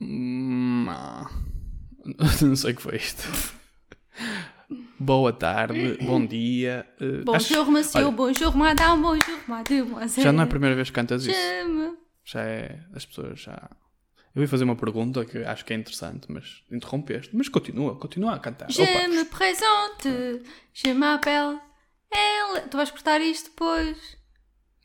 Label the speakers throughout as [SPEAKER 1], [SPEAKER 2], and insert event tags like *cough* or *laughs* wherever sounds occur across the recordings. [SPEAKER 1] Hum, ah. *laughs* não sei o que foi isto. Boa tarde, bom dia. eh, acho-
[SPEAKER 2] Bonjour, monsieur,
[SPEAKER 1] olha,
[SPEAKER 2] bonjour, madame, bonjour, mademoiselle.
[SPEAKER 1] já não é a primeira vez que cantas isso.
[SPEAKER 2] Chama.
[SPEAKER 1] Já é. As pessoas já. Eu ia fazer uma pergunta que acho que é interessante, mas interrompeste. Mas continua, continua a cantar.
[SPEAKER 2] Je
[SPEAKER 1] Opa,
[SPEAKER 2] me présente, je m'appelle Ela. Tu vais cortar isto depois.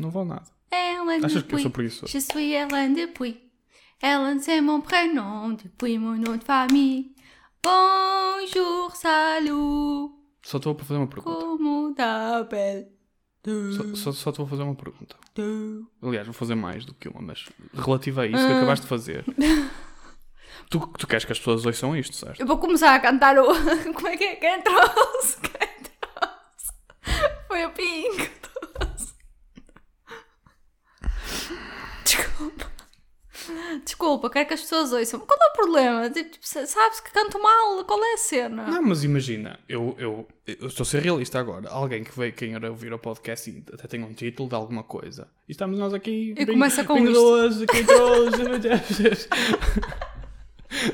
[SPEAKER 1] não vou nada.
[SPEAKER 2] Ellen
[SPEAKER 1] Achas que eu
[SPEAKER 2] Dupuy.
[SPEAKER 1] sou preguiçoso?
[SPEAKER 2] Ah, Je suis Ellen Dupuy. Ellen, c'est mon prénom, Dupuy, mon nom de famille. Bonjour, salut,
[SPEAKER 1] Só estou a fazer uma pergunta.
[SPEAKER 2] como t'appelles?
[SPEAKER 1] Só, só, só estou a fazer uma pergunta.
[SPEAKER 2] Tu.
[SPEAKER 1] Aliás, vou fazer mais do que uma, mas relativa a isso que acabaste de fazer. *laughs* tu, tu queres que as pessoas ouçam isto, certo?
[SPEAKER 2] Eu vou começar a cantar o. *laughs* Como é que é? Quem trouxe? Quem trouxe? Foi a Pink que trouxe. Desculpa. Desculpa, quero que as pessoas ouçam. Qual é o problema? Tipo, sabes que canto mal? Qual é a cena?
[SPEAKER 1] Não, mas imagina, eu, eu, eu estou a ser realista agora. Alguém que veio quem era ouvir o podcast e até tem um título de alguma coisa. E estamos nós aqui.
[SPEAKER 2] E começa com isto.
[SPEAKER 1] doce, quem trouxe, meu Deus.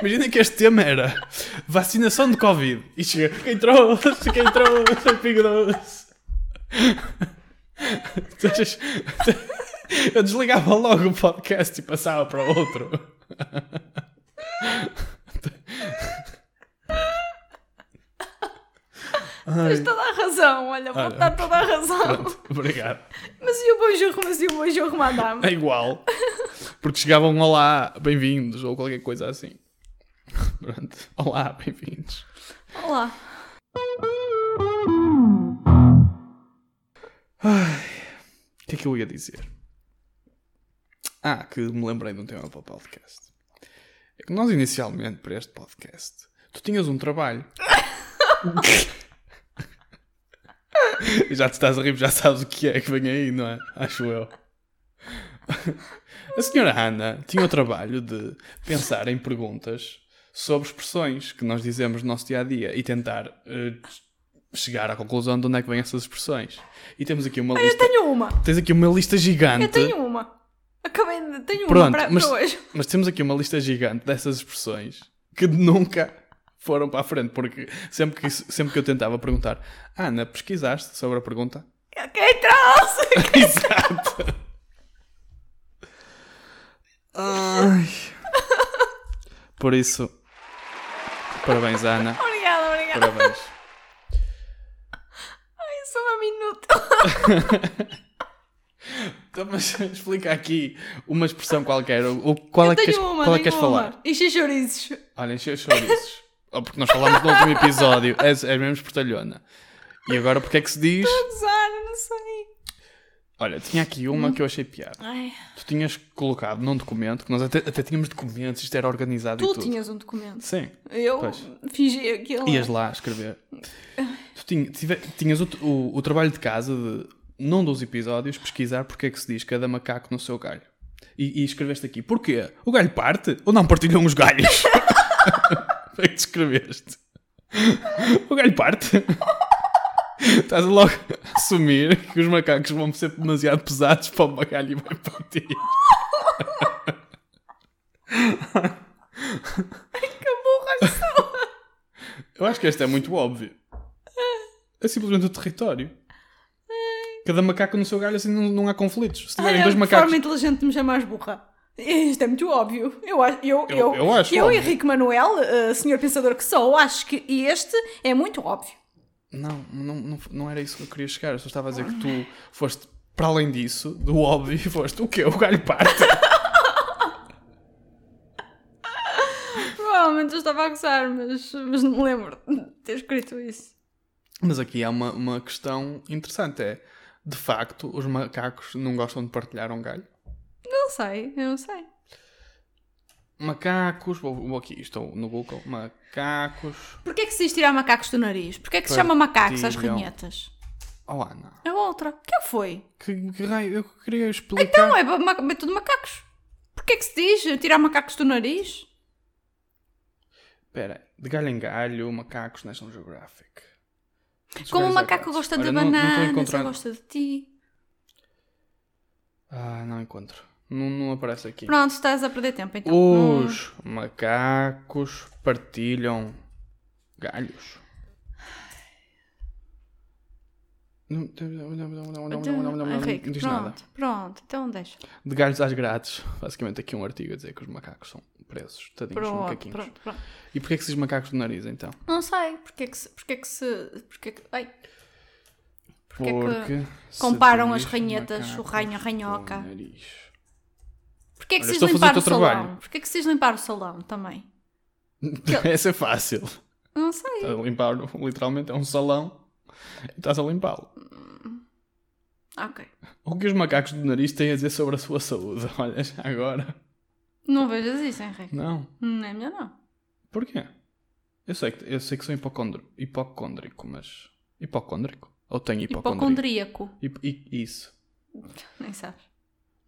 [SPEAKER 1] Imagina que este tema era vacinação de Covid. E chega, quem trouxe, quem trouxe, pingo doce. Tu achas- *laughs* Eu desligava logo o podcast e passava para outro.
[SPEAKER 2] Tens toda a razão, olha, vou
[SPEAKER 1] Olha.
[SPEAKER 2] dar toda a razão.
[SPEAKER 1] Pronto, obrigado.
[SPEAKER 2] Mas e o bonjour, mas e o bonjour, madame?
[SPEAKER 1] É igual. Porque chegavam olá, bem-vindos, ou qualquer coisa assim. Pronto. Olá, bem-vindos.
[SPEAKER 2] Olá.
[SPEAKER 1] O que é que eu ia dizer? Ah, que me lembrei de um tema para o podcast. É que nós inicialmente, para este podcast, tu tinhas um trabalho. já te estás a rir, já sabes o que é que vem aí, não é? Acho eu. A senhora Ana tinha o trabalho de pensar em perguntas sobre expressões que nós dizemos no nosso dia a dia e tentar eh, chegar à conclusão de onde é que vêm essas expressões. E temos aqui uma
[SPEAKER 2] Eu
[SPEAKER 1] lista.
[SPEAKER 2] tenho uma,
[SPEAKER 1] Tens aqui uma lista gigante.
[SPEAKER 2] eu tenho uma. Acabei de. Tenho
[SPEAKER 1] é- Pronto,
[SPEAKER 2] uma para,
[SPEAKER 1] mas-
[SPEAKER 2] para hoje.
[SPEAKER 1] Mas temos aqui uma lista gigante dessas expressões que nunca foram para a frente, porque sempre que, isso- sempre que eu tentava perguntar, Ana, pesquisaste sobre a pergunta? *laughs*
[SPEAKER 2] Quem trouxe? *laughs*
[SPEAKER 1] Exato. Ai. Por isso, parabéns, Ana.
[SPEAKER 2] Obrigada, obrigada.
[SPEAKER 1] Parabéns.
[SPEAKER 2] Ai, só um minuto.
[SPEAKER 1] Então, mas *laughs* explica aqui uma expressão qualquer. O, qual é que
[SPEAKER 2] tenho
[SPEAKER 1] queres,
[SPEAKER 2] uma,
[SPEAKER 1] qual é
[SPEAKER 2] tenho
[SPEAKER 1] que queres
[SPEAKER 2] uma.
[SPEAKER 1] falar?
[SPEAKER 2] Encher chouriços.
[SPEAKER 1] Olha, encheu os chouriços. Oh, porque nós falámos no último episódio. És, és mesmo espertalhona. E agora porque é que se diz?
[SPEAKER 2] Usar, não sei.
[SPEAKER 1] Olha, tinha aqui uma que eu achei piada.
[SPEAKER 2] Ai,
[SPEAKER 1] Tu tinhas colocado num documento, que nós até, até tínhamos documentos, isto era organizado
[SPEAKER 2] tu
[SPEAKER 1] e tudo.
[SPEAKER 2] tinhas um documento.
[SPEAKER 1] Sim.
[SPEAKER 2] Eu
[SPEAKER 1] Pois.
[SPEAKER 2] fingi aquilo.
[SPEAKER 1] Ias lá escrever. Tu tinha- tive- tinhas o, o- o trabalho de casa de, num dos episódios, pesquisar porque é que se diz cada macaco no seu galho. E, e escreveste aqui, porquê? O galho parte ou não partilham os galhos? Foi o que tu escreveste. O galho parte. Estás logo a assumir que os macacos vão ser demasiado pesados para o galho e vai partir.
[SPEAKER 2] Que burra sou.
[SPEAKER 1] Eu acho que este é muito óbvio. É simplesmente o território. Cada macaco no seu galho, assim não, não há conflitos. Se tiverem
[SPEAKER 2] Olha,
[SPEAKER 1] dois
[SPEAKER 2] de
[SPEAKER 1] macacos.
[SPEAKER 2] forma inteligente de me chamas burra. Isto é muito óbvio. Eu, acho- eu,
[SPEAKER 1] Eu-
[SPEAKER 2] eu,
[SPEAKER 1] eu acho óbvio.
[SPEAKER 2] Henrique Manuel, eh, senhor pensador que sou, acho que este é muito óbvio.
[SPEAKER 1] Não, não, não, não era isso que eu queria chegar. Eu só estava a dizer que tu foste para além disso, do óbvio, e foste o quê? O galho parte.
[SPEAKER 2] Provavelmente eu estava a gozar, mas, mas não me lembro de ter escrito isso.
[SPEAKER 1] Mas aqui há uma, uma questão interessante: é de facto, os macacos não gostam de partilhar um galho?
[SPEAKER 2] Não sei, eu não sei.
[SPEAKER 1] Macacos, vou, vou aqui, estou no Google. Macacos.
[SPEAKER 2] Porquê é que se diz tirar macacos do nariz? Porquê é que se
[SPEAKER 1] Pois,
[SPEAKER 2] chama macacos às
[SPEAKER 1] tiram.
[SPEAKER 2] ranhetas?
[SPEAKER 1] Oh, Ana,
[SPEAKER 2] É outra. O que foi?
[SPEAKER 1] que, que raio, eu queria explicar.
[SPEAKER 2] Não, é, ma- é tudo macacos. Porquê é que se diz tirar macacos do nariz?
[SPEAKER 1] Espera, de galho em galho, macacos National Geographic.
[SPEAKER 2] Como o
[SPEAKER 1] Descobriu
[SPEAKER 2] um macaco
[SPEAKER 1] Zagreus.
[SPEAKER 2] gosta
[SPEAKER 1] Olha,
[SPEAKER 2] de
[SPEAKER 1] não- não estou a
[SPEAKER 2] bananas, eu
[SPEAKER 1] encontrar-
[SPEAKER 2] gosto de ti.
[SPEAKER 1] Ah, não encontro. Não, não aparece aqui.
[SPEAKER 2] Pronto, estás a perder tempo então. Não-
[SPEAKER 1] Os macacos partilham galhos. Não, não, não, não, não, não, não, não, não, não
[SPEAKER 2] Então, Henrique,
[SPEAKER 1] diz
[SPEAKER 2] pronto,
[SPEAKER 1] nada.
[SPEAKER 2] pronto, então deixa.
[SPEAKER 1] De galhos às grades. Basicamente aqui um artigo a dizer que os macacos são presos. Tadinhos, são
[SPEAKER 2] Pronto,
[SPEAKER 1] macaquinhos.
[SPEAKER 2] pronto, pronto.
[SPEAKER 1] E porquê que se diz macacos do nariz, então?
[SPEAKER 2] Não sei, porque é que se. Porque é que se. Porque é que. Ai, Porque é que
[SPEAKER 1] se
[SPEAKER 2] comparam as
[SPEAKER 1] diz
[SPEAKER 2] ranhetas, o
[SPEAKER 1] macacos
[SPEAKER 2] ranho, a ranhoca?
[SPEAKER 1] com nariz.
[SPEAKER 2] porque é que
[SPEAKER 1] Olha,
[SPEAKER 2] vocês
[SPEAKER 1] estou a fazer o
[SPEAKER 2] limpar
[SPEAKER 1] teu
[SPEAKER 2] o salão?
[SPEAKER 1] trabalho.
[SPEAKER 2] Porque é que vocês limpar o salão também?
[SPEAKER 1] *laughs* Essa é fácil.
[SPEAKER 2] Não sei.
[SPEAKER 1] Estás a limpar, literalmente, é um salão. e Estás a limpá-lo. Tá.
[SPEAKER 2] Ok.
[SPEAKER 1] O que os macacos do nariz têm a dizer sobre a sua saúde? *laughs* Olha, já agora.
[SPEAKER 2] Não vejas isso, Henrique.
[SPEAKER 1] Não.
[SPEAKER 2] Não é melhor não.
[SPEAKER 1] Porquê? Eu sei que, eu sei que sou hipocondr- hipocôndrico, mas. Hipocôndrico? Ou tenho hipocôndrico?
[SPEAKER 2] Hipocondríaco.
[SPEAKER 1] Hip- hi- isso.
[SPEAKER 2] Nem sabes.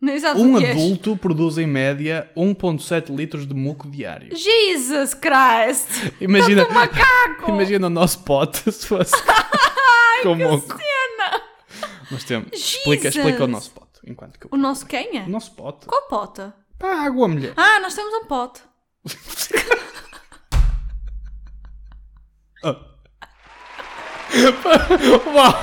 [SPEAKER 2] Nem sabes
[SPEAKER 1] Um
[SPEAKER 2] o que és.
[SPEAKER 1] adulto produz em média 1,7 litros de muco diário.
[SPEAKER 2] Jesus Christ!
[SPEAKER 1] Imagina,
[SPEAKER 2] Um macaco!
[SPEAKER 1] *laughs* imagina o nosso pote se
[SPEAKER 2] *laughs*
[SPEAKER 1] fosse com muco. Mas temos. Explica,
[SPEAKER 2] Jesus!
[SPEAKER 1] explica o nosso pote. Enquanto que eu...
[SPEAKER 2] O nosso quem é?
[SPEAKER 1] O nosso pote.
[SPEAKER 2] Qual pote?
[SPEAKER 1] Para a água,
[SPEAKER 2] *laughs*
[SPEAKER 1] mulher.
[SPEAKER 2] Ah, nós temos um pote.
[SPEAKER 1] Uau!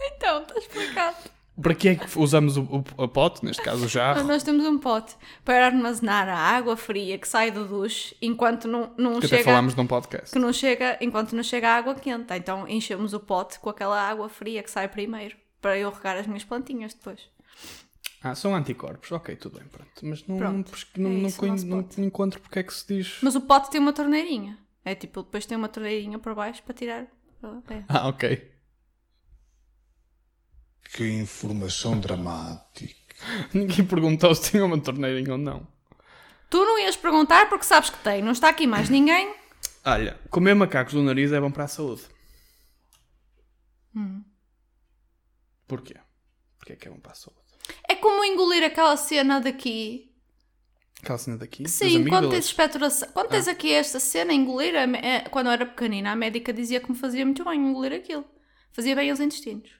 [SPEAKER 2] Então, está explicado.
[SPEAKER 1] Para que é que usamos o, o- a pote, neste caso o jarro?
[SPEAKER 2] Nós temos um pote para armazenar a água fria que sai do duche enquanto não, não
[SPEAKER 1] Que até
[SPEAKER 2] chega.
[SPEAKER 1] falámos num podcast.
[SPEAKER 2] Que não chega enquanto não chega a água quente. Então enchemos o pote com aquela água fria que sai primeiro para eu regar as minhas plantinhas depois.
[SPEAKER 1] Ah, são anticorpos. Ok, tudo bem, pronto. Mas não, não,
[SPEAKER 2] Pronto,
[SPEAKER 1] pesqu- não,
[SPEAKER 2] é
[SPEAKER 1] não
[SPEAKER 2] isso,
[SPEAKER 1] co-
[SPEAKER 2] o nosso
[SPEAKER 1] não
[SPEAKER 2] pote.
[SPEAKER 1] encontro porque é que se diz.
[SPEAKER 2] Mas o pote tem uma torneirinha. É tipo, depois tem uma torneirinha para baixo para tirar. É.
[SPEAKER 1] Ah, ok.
[SPEAKER 3] Que informação dramática.
[SPEAKER 1] *laughs* Ninguém perguntou se tinha uma torneirinha ou não.
[SPEAKER 2] Tu não ias perguntar porque sabes que tem. Não está aqui mais ninguém.
[SPEAKER 1] Olha, comer macacos do nariz é bom para a saúde.
[SPEAKER 2] Hum.
[SPEAKER 1] Porquê? Porquê é que é bom para a saúde?
[SPEAKER 2] É como engolir aquela cena daqui.
[SPEAKER 1] Aquela cena daqui? das
[SPEAKER 2] Sim, quando
[SPEAKER 1] amígdalas?
[SPEAKER 2] tens expectoração. Quando
[SPEAKER 1] Ah.
[SPEAKER 2] tens aqui esta cena, engolir. a me- é, Quando eu era pequenina, a médica dizia que me fazia muito bem engolir aquilo. Fazia bem aos intestinos.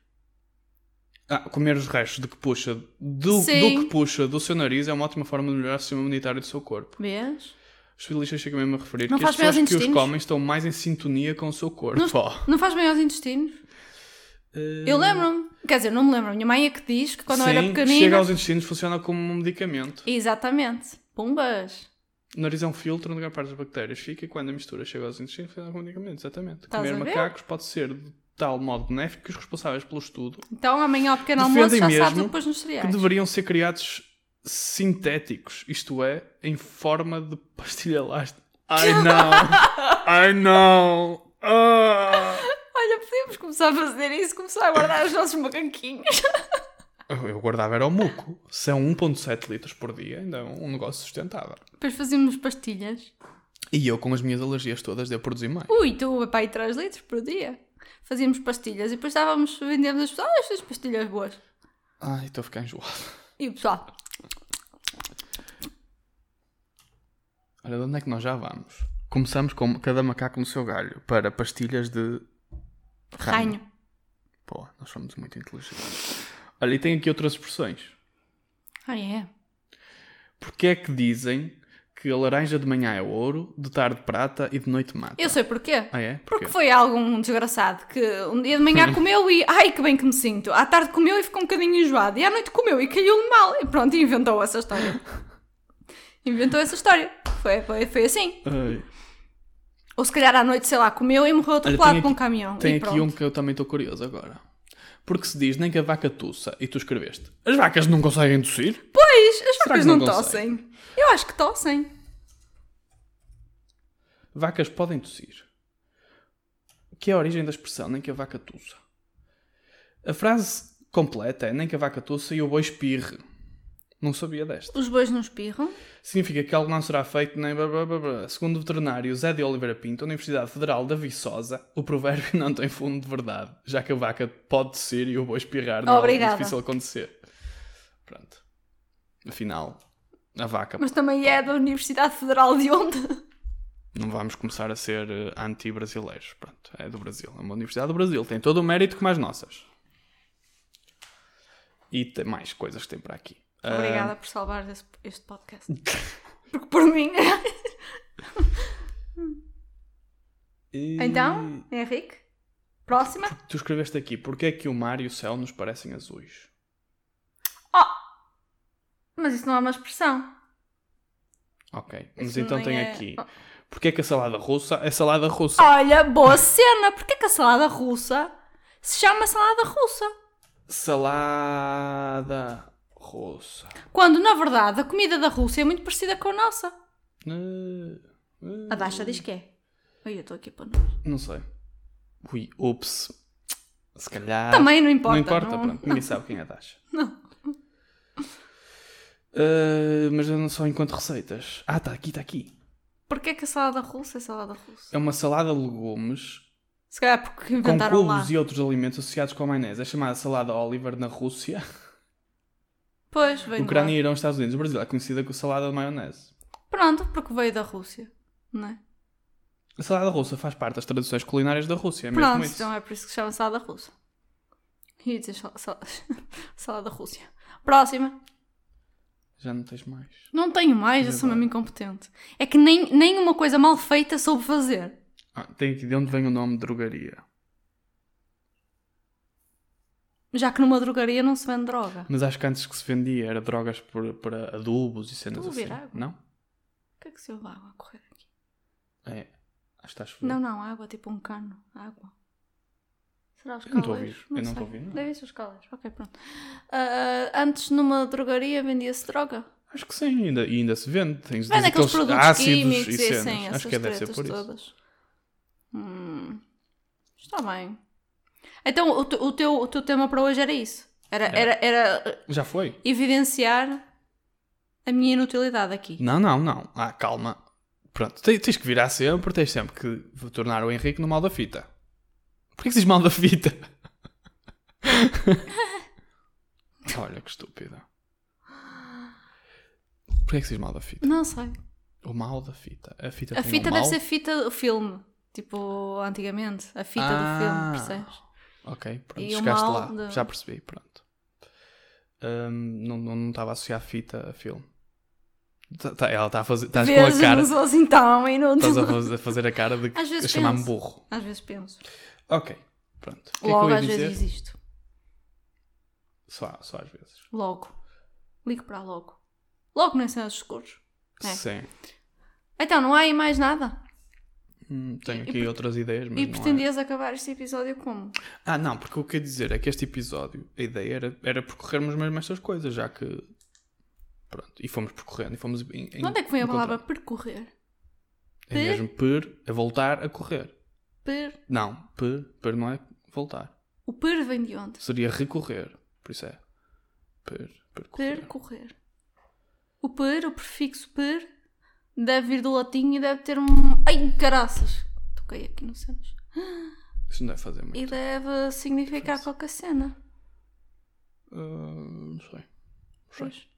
[SPEAKER 1] Ah, comer os restos de que puxa do, do
[SPEAKER 2] Sim.
[SPEAKER 1] que puxa do seu nariz é uma ótima forma de melhorar o sistema imunitário do seu corpo.
[SPEAKER 2] Vês?
[SPEAKER 1] Os filistas chegam mesmo a referir
[SPEAKER 2] Não
[SPEAKER 1] que as
[SPEAKER 2] faz bem aos
[SPEAKER 1] pessoas que os
[SPEAKER 2] intestinos?
[SPEAKER 1] comem estão mais em sintonia com o seu corpo. ó.
[SPEAKER 2] Não faz bem aos intestinos?
[SPEAKER 1] Eh,
[SPEAKER 2] Eu lembro-me. Quer dizer, não me lembro. A Minha mãe é que diz que quando eu era
[SPEAKER 1] sim,
[SPEAKER 2] pequenina.
[SPEAKER 1] chega aos intestinos, funciona como um medicamento.
[SPEAKER 2] Exatamente. Pumbas.
[SPEAKER 1] O nariz é um filtro onde a maior parte das bactérias fica e quando a mistura chega aos intestinos, funciona como um medicamento. Exatamente.
[SPEAKER 2] Estás
[SPEAKER 1] Comer
[SPEAKER 2] a ver?
[SPEAKER 1] macacos pode ser de tal modo benéfico que os responsáveis pelo estudo
[SPEAKER 2] Então amanhã ao pequeno
[SPEAKER 1] Defendem
[SPEAKER 2] almoço já sabes
[SPEAKER 1] mesmo
[SPEAKER 2] depois nos cereais.
[SPEAKER 1] que deveriam ser criados sintéticos, isto é, em forma de pastilha elástica.
[SPEAKER 2] *laughs*
[SPEAKER 1] Ai não! Ai não! Ah!
[SPEAKER 2] Olha, podíamos começar a fazer isso, começar a guardar os nossos macanquinhos.
[SPEAKER 1] Eu guardava era o muco. é São 1.7 litros por dia, ainda é um negócio sustentável.
[SPEAKER 2] *laughs* Depois fazíamos pastilhas.
[SPEAKER 1] E eu, com as minhas alergias todas, devo produzir mais.
[SPEAKER 2] Ui, tu vai para aí 3 litros por dia. Fazíamos pastilhas e depois estávamos, vendíamos as pessoas, "Ah, estas pastilhas boas.
[SPEAKER 1] Ai, estou a ficar enjoado.
[SPEAKER 2] E o pessoal,
[SPEAKER 1] Olha, de onde é que nós já vamos? Começamos com cada macaco no seu galho, para pastilhas de...
[SPEAKER 2] ranho.
[SPEAKER 1] Pô, nós somos muito inteligentes. Olha, e tem aqui outras expressões.
[SPEAKER 2] Ah, é?
[SPEAKER 1] Porquê é que dizem que a laranja de manhã é ouro, de tarde prata e de noite mata?
[SPEAKER 2] Eu sei porquê.
[SPEAKER 1] Ah, é?
[SPEAKER 2] Porque
[SPEAKER 1] Porquê?
[SPEAKER 2] foi algum desgraçado que um dia de manhã comeu e ai que bem que me sinto. À tarde comeu e ficou um bocadinho enjoado. E à noite comeu e caiu-lhe mal. E pronto, inventou essa
[SPEAKER 1] *laughs*
[SPEAKER 2] história. inventou essa história. Foi, foi, foi assim.
[SPEAKER 1] Ai.
[SPEAKER 2] Ou se calhar à noite, sei lá, comeu e morreu
[SPEAKER 1] Olha,
[SPEAKER 2] atropelado
[SPEAKER 1] tem
[SPEAKER 2] por um
[SPEAKER 1] aqui-
[SPEAKER 2] caminhão.
[SPEAKER 1] Tem
[SPEAKER 2] e
[SPEAKER 1] aqui
[SPEAKER 2] pronto.
[SPEAKER 1] um que eu também estou curioso agora. Porque se diz nem que a vaca tussa e tu escreveste as vacas não conseguem tossir?
[SPEAKER 2] Pois,
[SPEAKER 1] Será
[SPEAKER 2] as vacas
[SPEAKER 1] que não
[SPEAKER 2] não,
[SPEAKER 1] consegue?
[SPEAKER 2] tossem. Eu acho que tossem.
[SPEAKER 1] Vacas podem tossir. Que é a origem da expressão nem que a vaca tussa. A frase completa é nem que a vaca tussa e o boi espirre. Não sabia desta.
[SPEAKER 2] Os bois não espirram.
[SPEAKER 1] Significa que algo não será feito nem blá, blá, blá, blá. Segundo o veterinário Zé de Oliveira Pinto, da Universidade Federal da Viçosa, o provérbio não tem fundo de verdade, já que a vaca pode tossir e o boi espirrar não é algo muito
[SPEAKER 2] Obrigada.
[SPEAKER 1] difícil acontecer. Pronto. Afinal, a vaca
[SPEAKER 2] Mas também é da Universidade Federal de onde?
[SPEAKER 1] não vamos começar a ser eh, anti-brasileiros. Pronto, é do Brasil. É uma universidade do Brasil. Tem todo o mérito como as nossas. E tem mais coisas que tem para aqui. Ah,
[SPEAKER 2] Obrigada por salvar esse- este podcast. *laughs* Porque por mim. é
[SPEAKER 1] Ah, e-
[SPEAKER 2] então, Henrique, próxima.
[SPEAKER 1] Tu escreveste aqui, porque é que o mar e o céu nos parecem azuis?
[SPEAKER 2] Mas isso não é uma expressão.
[SPEAKER 1] Ok, mas
[SPEAKER 2] Isso
[SPEAKER 1] então
[SPEAKER 2] nem
[SPEAKER 1] tem
[SPEAKER 2] é-
[SPEAKER 1] aqui.
[SPEAKER 2] Oh.
[SPEAKER 1] Porque é que a salada russa é salada russa?
[SPEAKER 2] Olha, boa cena! Porquê que a salada russa se chama salada russa?
[SPEAKER 1] Salada russa.
[SPEAKER 2] Quando, na verdade, a comida da Rússia é muito parecida com a nossa.
[SPEAKER 1] Ah, ah,
[SPEAKER 2] A Dasha diz que é. Ai, eu estou aqui para nós.
[SPEAKER 1] Não sei. Ui, ups. Se calhar.
[SPEAKER 2] Também não importa.
[SPEAKER 1] não importa,
[SPEAKER 2] não-
[SPEAKER 1] pronto. Ninguém sabe quem é a Dasha.
[SPEAKER 2] *laughs* Não.
[SPEAKER 1] Ah, mas eu não só encontro receitas. Ah, está aqui, está aqui.
[SPEAKER 2] Porquê que a salada russa é salada russa?
[SPEAKER 1] É uma salada de legumes
[SPEAKER 2] Se calhar porque
[SPEAKER 1] com
[SPEAKER 2] inventaram lá.
[SPEAKER 1] couves e outros alimentos associados com a maionese. É chamada salada Oliver na Rússia.
[SPEAKER 2] Pois, veio
[SPEAKER 1] *laughs*
[SPEAKER 2] de
[SPEAKER 1] Ucrânia,
[SPEAKER 2] lá.
[SPEAKER 1] Irão, Estados Unidos. O Brasil é conhecida como salada de maionese.
[SPEAKER 2] Pronto, porque veio da Rússia. Não é?
[SPEAKER 1] A salada russa faz parte das tradições culinárias da Rússia, é mesmo
[SPEAKER 2] Pronto,
[SPEAKER 1] isso.
[SPEAKER 2] então é por isso que se chama salada russa. *laughs* Ia dizer sal- sal- *laughs* salada russa. Próxima.
[SPEAKER 1] Já não tens mais.
[SPEAKER 2] Não tenho mais, eu sou
[SPEAKER 1] Verdade.
[SPEAKER 2] mesmo incompetente. É que nem, nem uma coisa mal feita soube fazer.
[SPEAKER 1] Ah, tem aqui de onde vem o nome de drogaria.
[SPEAKER 2] Já que numa drogaria não se vende droga.
[SPEAKER 1] Mas acho que antes que se vendia era drogas por- para adubos e cenas
[SPEAKER 2] Estou a
[SPEAKER 1] assim.
[SPEAKER 2] beber água.
[SPEAKER 1] Não?
[SPEAKER 2] O que é que se ouve água a correr aqui?
[SPEAKER 1] É. Acho que estás fodido.
[SPEAKER 2] Não, não, água, tipo um cano. Água. Será os
[SPEAKER 1] Eu não
[SPEAKER 2] caleiros?
[SPEAKER 1] tô a ouvir. Eu não
[SPEAKER 2] sei.
[SPEAKER 1] tô a ouvir, não.
[SPEAKER 2] Devem ser os caleiros. Ok, pronto. Ah, antes numa drogaria vendia-se droga.
[SPEAKER 1] Acho que sim, ainda, e ainda se vende. Tens
[SPEAKER 2] Vende
[SPEAKER 1] tens
[SPEAKER 2] aqueles
[SPEAKER 1] aqueles
[SPEAKER 2] produtos químicos e
[SPEAKER 1] cenas.
[SPEAKER 2] assim,
[SPEAKER 1] é, Acho
[SPEAKER 2] essas
[SPEAKER 1] que deve ser
[SPEAKER 2] tretas
[SPEAKER 1] por isso.
[SPEAKER 2] todas. Hum, está bem. Então o, te- o teu, o teu tema para hoje era isso. Era, era, era
[SPEAKER 1] Já foi?
[SPEAKER 2] evidenciar a minha inutilidade aqui.
[SPEAKER 1] Não, não, não. Ah, calma. Pronto, te- tens que virar sempre, tens sempre que vou tornar o Henrique no mal da fita. Porquê que se diz mal da fita? *laughs* Olha que estúpida. Porquê que se diz mal da fita?
[SPEAKER 2] Não sei.
[SPEAKER 1] O mal da fita. A fita,
[SPEAKER 2] A
[SPEAKER 1] tem um
[SPEAKER 2] fita deve
[SPEAKER 1] mal?
[SPEAKER 2] ser fita do filme. Tipo, antigamente. A fita
[SPEAKER 1] Ah.
[SPEAKER 2] do filme, percebes?
[SPEAKER 1] Ok, pronto,
[SPEAKER 2] E o
[SPEAKER 1] chegaste
[SPEAKER 2] mal
[SPEAKER 1] lá,
[SPEAKER 2] de-
[SPEAKER 1] já percebi, pronto. Hum, não, não, não estava a associar fita a filme. Tá- tá- ela está a fazer, estás com a
[SPEAKER 2] Vezes
[SPEAKER 1] cara,
[SPEAKER 2] não sou *laughs* assim
[SPEAKER 1] estás
[SPEAKER 2] tão
[SPEAKER 1] a
[SPEAKER 2] inútil.
[SPEAKER 1] fazer, a fazer a cara de
[SPEAKER 2] *laughs* Às vezes
[SPEAKER 1] a chamar-me
[SPEAKER 2] penso.
[SPEAKER 1] burro.
[SPEAKER 2] Às vezes penso.
[SPEAKER 1] Ok, pronto. O é que
[SPEAKER 2] Logo,
[SPEAKER 1] é
[SPEAKER 2] às
[SPEAKER 1] que eu ia
[SPEAKER 2] vezes
[SPEAKER 1] dizer?
[SPEAKER 2] existo.
[SPEAKER 1] Só, só às vezes.
[SPEAKER 2] Logo. Ligo para logo. Logo nem cenas escuros. É.
[SPEAKER 1] Sim.
[SPEAKER 2] Então, não há aí mais nada.
[SPEAKER 1] Hum, tenho
[SPEAKER 2] E- e
[SPEAKER 1] aqui outras ideias, mas
[SPEAKER 2] E
[SPEAKER 1] não é.
[SPEAKER 2] pretendias acabar este episódio como?
[SPEAKER 1] Ah, não, porque o que eu ia dizer é que este episódio, a ideia era, era percorrermos mesmo estas coisas, já que... Pronto, e fomos percorrendo, e fomos... Em, em-
[SPEAKER 2] Onde é que vem a
[SPEAKER 1] encontrando.
[SPEAKER 2] palavra percorrer?
[SPEAKER 1] É mesmo per, a voltar a correr.
[SPEAKER 2] Per.
[SPEAKER 1] Não, per, per não é voltar.
[SPEAKER 2] O per vem de onde?
[SPEAKER 1] Seria recorrer. Por isso é. Per, percorrer.
[SPEAKER 2] Percorrer. O per, o prefixo per, deve vir do latim e deve ter um. Ai, caraças! Toquei aqui no cenas.
[SPEAKER 1] Isso não deve fazer muito.
[SPEAKER 2] E deve significar qualquer cena.
[SPEAKER 1] Ah, não sei. Não sei.
[SPEAKER 2] Pois.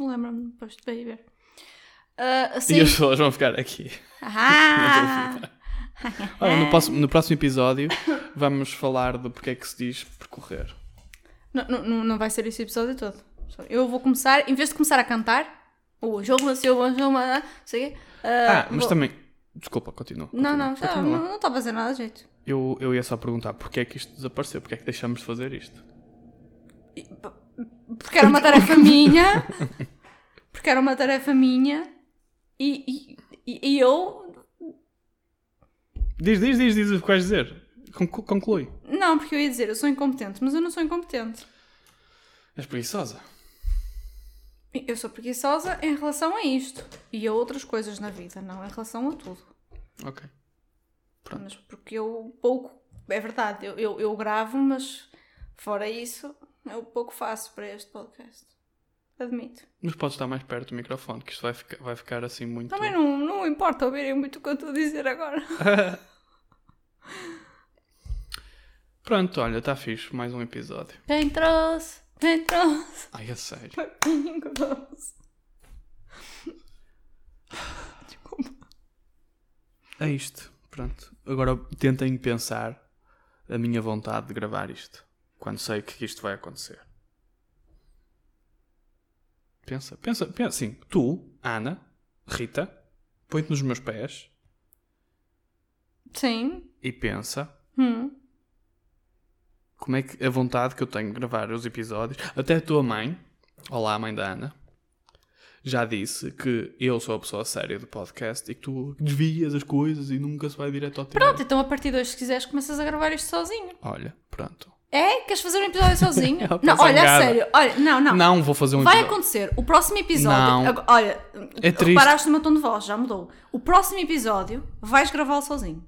[SPEAKER 2] Lembra-me depois de beber. Ah, assim.
[SPEAKER 1] E as pessoas vão ficar aqui.
[SPEAKER 2] Ah!
[SPEAKER 1] Olha,
[SPEAKER 2] É.
[SPEAKER 1] no, próximo, no próximo episódio vamos falar de porque é que se diz percorrer.
[SPEAKER 2] Não, não- não, não vai ser esse episódio todo. Só- Eu vou começar, em vez de começar a cantar, o jogo nasceu, o jogo não sei o quê. ah,
[SPEAKER 1] Ah, mas
[SPEAKER 2] vou-
[SPEAKER 1] também. então Desculpa, continua.
[SPEAKER 2] Não,
[SPEAKER 1] continua,
[SPEAKER 2] não, já,
[SPEAKER 1] continua.
[SPEAKER 2] não estava a fazer nada de jeito.
[SPEAKER 1] Eu, eu ia só perguntar porque é que isto desapareceu, porque é que deixamos de fazer isto.
[SPEAKER 2] E- p- Porque era uma tarefa minha. Porque era uma tarefa minha. E, e, e eu.
[SPEAKER 1] Diz, diz, diz, diz o que vais dizer. Conclu- Conclui.
[SPEAKER 2] Não, porque eu ia dizer, eu sou incompetente, mas eu não sou incompetente.
[SPEAKER 1] És preguiçosa.
[SPEAKER 2] Eu sou preguiçosa em relação a isto e a outras coisas na vida, não em relação a tudo.
[SPEAKER 1] Ok. Pronto.
[SPEAKER 2] Mas porque eu pouco. É verdade, eu, eu, eu gravo, mas fora isso, eu pouco faço para este podcast. Admito.
[SPEAKER 1] Mas podes estar mais perto do microfone, que isto vai ficar, vai ficar assim muito.
[SPEAKER 2] Também não, não importa ouvirem muito o que eu estou a dizer agora.
[SPEAKER 1] Pronto, olha, está fixe. Mais um episódio.
[SPEAKER 2] Quem trouxe? Quem trouxe?
[SPEAKER 1] Ai, a sério.
[SPEAKER 2] Quem trouxe?
[SPEAKER 1] É isto. Pronto. Agora tentem pensar a minha vontade de gravar isto. Quando sei que isto vai acontecer. Pensa, pensa, pensa assim. Tu, Ana, Rita, põe-te nos meus pés
[SPEAKER 2] *laughs* Sim.
[SPEAKER 1] e pensa
[SPEAKER 2] Hum.
[SPEAKER 1] como é que a vontade que eu tenho de gravar os episódios. Até a tua mãe, olá, mãe da Ana, já disse que eu sou a pessoa séria do podcast e que tu desvias as coisas e nunca se vai direto ao tema.
[SPEAKER 2] Pronto, então a partir de hoje, se quiseres, começas a gravar isto sozinho.
[SPEAKER 1] Olha, pronto.
[SPEAKER 2] É? Queres fazer um
[SPEAKER 1] *laughs*
[SPEAKER 2] episódio sozinho?
[SPEAKER 1] Ela
[SPEAKER 2] não,
[SPEAKER 1] tá
[SPEAKER 2] olha, a
[SPEAKER 1] zangada.
[SPEAKER 2] sério. Olha, não, não.
[SPEAKER 1] Não, vou fazer um
[SPEAKER 2] Vai
[SPEAKER 1] episódio.
[SPEAKER 2] acontecer. O próximo episódio.
[SPEAKER 1] Não.
[SPEAKER 2] Ag- Olha,
[SPEAKER 1] É triste.
[SPEAKER 2] reparaste no meu tom de voz, já mudou. O próximo episódio vais gravá-lo sozinho.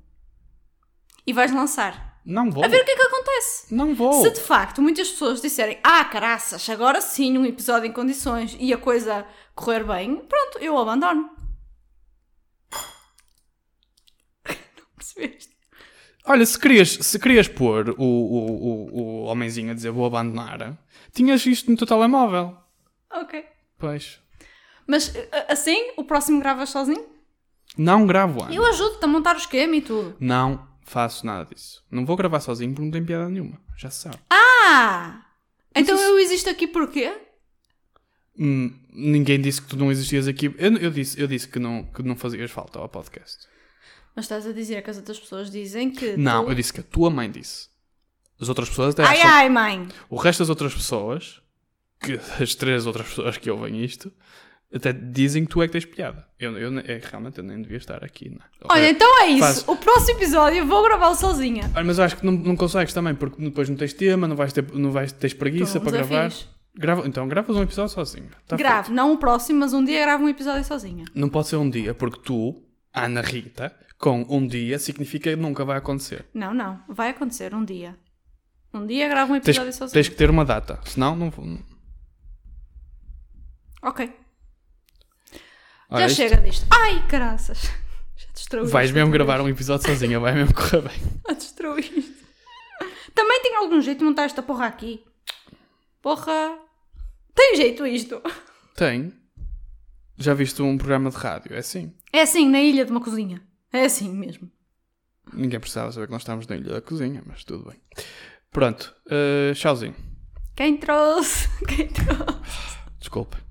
[SPEAKER 2] E vais lançar.
[SPEAKER 1] Não vou.
[SPEAKER 2] A ver o que é que acontece.
[SPEAKER 1] Não vou.
[SPEAKER 2] Se de facto muitas pessoas disserem Ah, caraças, agora sim um episódio em condições e a coisa correr bem, pronto, eu abandono. *laughs* Não percebeste?
[SPEAKER 1] Olha, se querias, se querias pôr o, o, o, o homenzinho a dizer vou abandonar, tinhas isto no teu telemóvel.
[SPEAKER 2] Ok.
[SPEAKER 1] Pois.
[SPEAKER 2] Mas a- assim, o próximo gravas sozinho?
[SPEAKER 1] Não gravo Ana.
[SPEAKER 2] Eu ajudo-te a montar o esquema e tudo.
[SPEAKER 1] Não faço nada disso. Não vou gravar sozinho porque não tem piada nenhuma. Já se sabe.
[SPEAKER 2] Ah! Então eu existo aqui porquê?
[SPEAKER 1] Hum, ninguém disse que tu não existias aqui. Eu, eu disse, eu disse que, não, que não fazias falta ao podcast.
[SPEAKER 2] Mas estás a dizer que as outras pessoas dizem que.
[SPEAKER 1] Não,
[SPEAKER 2] tu-
[SPEAKER 1] eu disse que a tua mãe disse. As outras pessoas até
[SPEAKER 2] Então- Ai
[SPEAKER 1] acham-
[SPEAKER 2] ai, mãe!
[SPEAKER 1] O resto das outras pessoas, que as três outras pessoas que ouvem isto, até dizem que tu é que tens piada. Eu, eu, ne- é, realmente eu nem devia estar aqui, não é?
[SPEAKER 2] Olha, então é isso.
[SPEAKER 1] Faz-
[SPEAKER 2] O próximo episódio eu vou gravá-lo sozinha.
[SPEAKER 1] Olha, Ah, mas eu acho que não, não consegues também, porque depois não tens tema, não vais ter, não vais ter preguiça
[SPEAKER 2] Então,
[SPEAKER 1] para gravar.
[SPEAKER 2] desafios.
[SPEAKER 1] Grava, então, gravas um episódio sozinho. Tá
[SPEAKER 2] Grave, não o próximo, mas um dia gravo um episódio sozinha.
[SPEAKER 1] feito. Não pode ser um dia, porque tu, Ana Rita, com um dia significa que nunca vai acontecer.
[SPEAKER 2] Não, não. Vai acontecer um dia. Um dia gravo um
[SPEAKER 1] Tens,
[SPEAKER 2] episódio sozinha.
[SPEAKER 1] tens que ter uma data, senão não vou.
[SPEAKER 2] Ok.
[SPEAKER 1] Olha,
[SPEAKER 2] Já
[SPEAKER 1] isto-
[SPEAKER 2] chega disto. Ai, caraças. *laughs* Já destruí.
[SPEAKER 1] Vais
[SPEAKER 2] isto
[SPEAKER 1] mesmo
[SPEAKER 2] outra
[SPEAKER 1] gravar um episódio sozinha, vai mesmo *laughs* correr bem.
[SPEAKER 2] *laughs* vez. Já destruí isto. Tá Também tem algum jeito de montar esta porra aqui. Porra. Tem jeito isto.
[SPEAKER 1] Tem. Já viste um programa de rádio? É assim.
[SPEAKER 2] É assim, na ilha de uma cozinha. É assim mesmo.
[SPEAKER 1] Ninguém precisava saber que nós estávamos na ilha da cozinha, mas tudo bem. Pronto. eh, tchauzinho.
[SPEAKER 2] Quem trouxe? *laughs* Quem trouxe?
[SPEAKER 1] Desculpa.